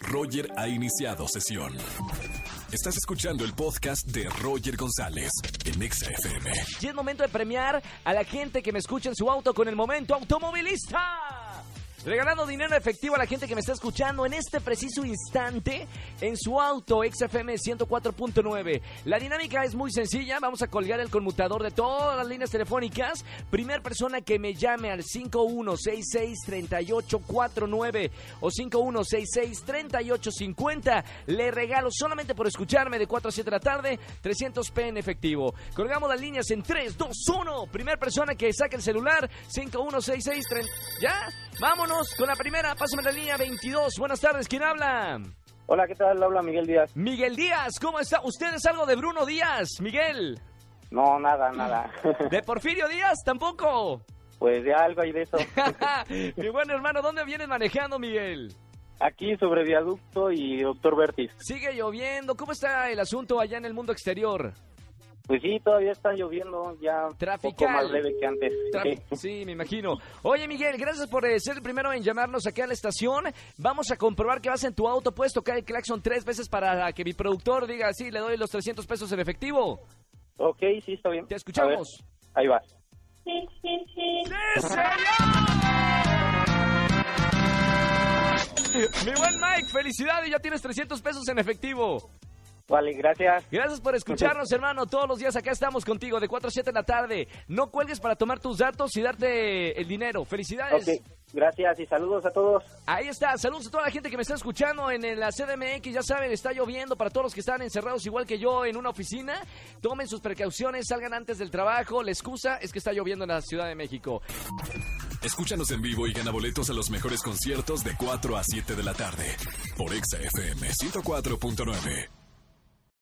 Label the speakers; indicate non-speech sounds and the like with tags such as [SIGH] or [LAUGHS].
Speaker 1: Roger ha iniciado sesión. Estás escuchando el podcast de Roger González en Exa FM.
Speaker 2: Y es momento de premiar a la gente que me escucha en su auto con el momento automovilista. Regalando dinero efectivo a la gente que me está escuchando en este preciso instante en su auto XFM 104.9. La dinámica es muy sencilla, vamos a colgar el conmutador de todas las líneas telefónicas. Primer persona que me llame al 5166-3849 o 5166-3850, le regalo solamente por escucharme de 4 a 7 de la tarde 300 P en efectivo. Colgamos las líneas en 3, 2, 1. Primer persona que saque el celular 5166-30... ¿Ya? Vámonos con la primera, pásame la línea 22. Buenas tardes, ¿quién habla?
Speaker 3: Hola, ¿qué tal? Habla Miguel Díaz.
Speaker 2: Miguel Díaz, ¿cómo está? ¿Usted es algo de Bruno Díaz, Miguel?
Speaker 3: No, nada, nada. [LAUGHS]
Speaker 2: ¿De Porfirio Díaz tampoco? [LAUGHS]
Speaker 3: Pues de algo hay de eso.
Speaker 2: Mi buen hermano, ¿dónde vienes manejando, Miguel?
Speaker 3: Aquí sobre Viaducto y Doctor Vertis.
Speaker 2: Sigue lloviendo, ¿cómo está el asunto allá en el mundo exterior?
Speaker 3: Pues sí, todavía está lloviendo, ya un poco
Speaker 2: Trafical.
Speaker 3: más leve que antes.
Speaker 2: Tra-
Speaker 3: Sí.
Speaker 2: Sí, me imagino. Oye, Miguel, gracias por eh, ser el primero en llamarnos aquí a la estación. Vamos a comprobar que vas en tu auto. Puedes tocar el claxon tres veces para que mi productor diga, sí, le doy los 300 pesos en efectivo.
Speaker 3: Ok, sí, está bien.
Speaker 2: Te
Speaker 3: A
Speaker 2: escuchamos.
Speaker 3: ver, ahí va.
Speaker 2: ¡Sí, señor! Mi buen Mike, felicidades, ya tienes 300 pesos en efectivo.
Speaker 3: Vale, gracias.
Speaker 2: Gracias por escucharnos, hermano. Todos los días acá estamos contigo de 4 a 7 de la tarde. No cuelgues para tomar tus datos y darte el dinero. Felicidades.
Speaker 3: Ok, gracias y saludos a todos.
Speaker 2: Ahí está, saludos a toda la gente que me está escuchando en, en la CDMX, ya saben, está lloviendo para todos los que están encerrados igual que yo en una oficina, tomen sus precauciones, salgan antes del trabajo, la excusa es que está lloviendo en la Ciudad de México.
Speaker 1: Escúchanos en vivo y gana boletos a los mejores conciertos de 4 a 7 de la tarde por Exa FM 104.9.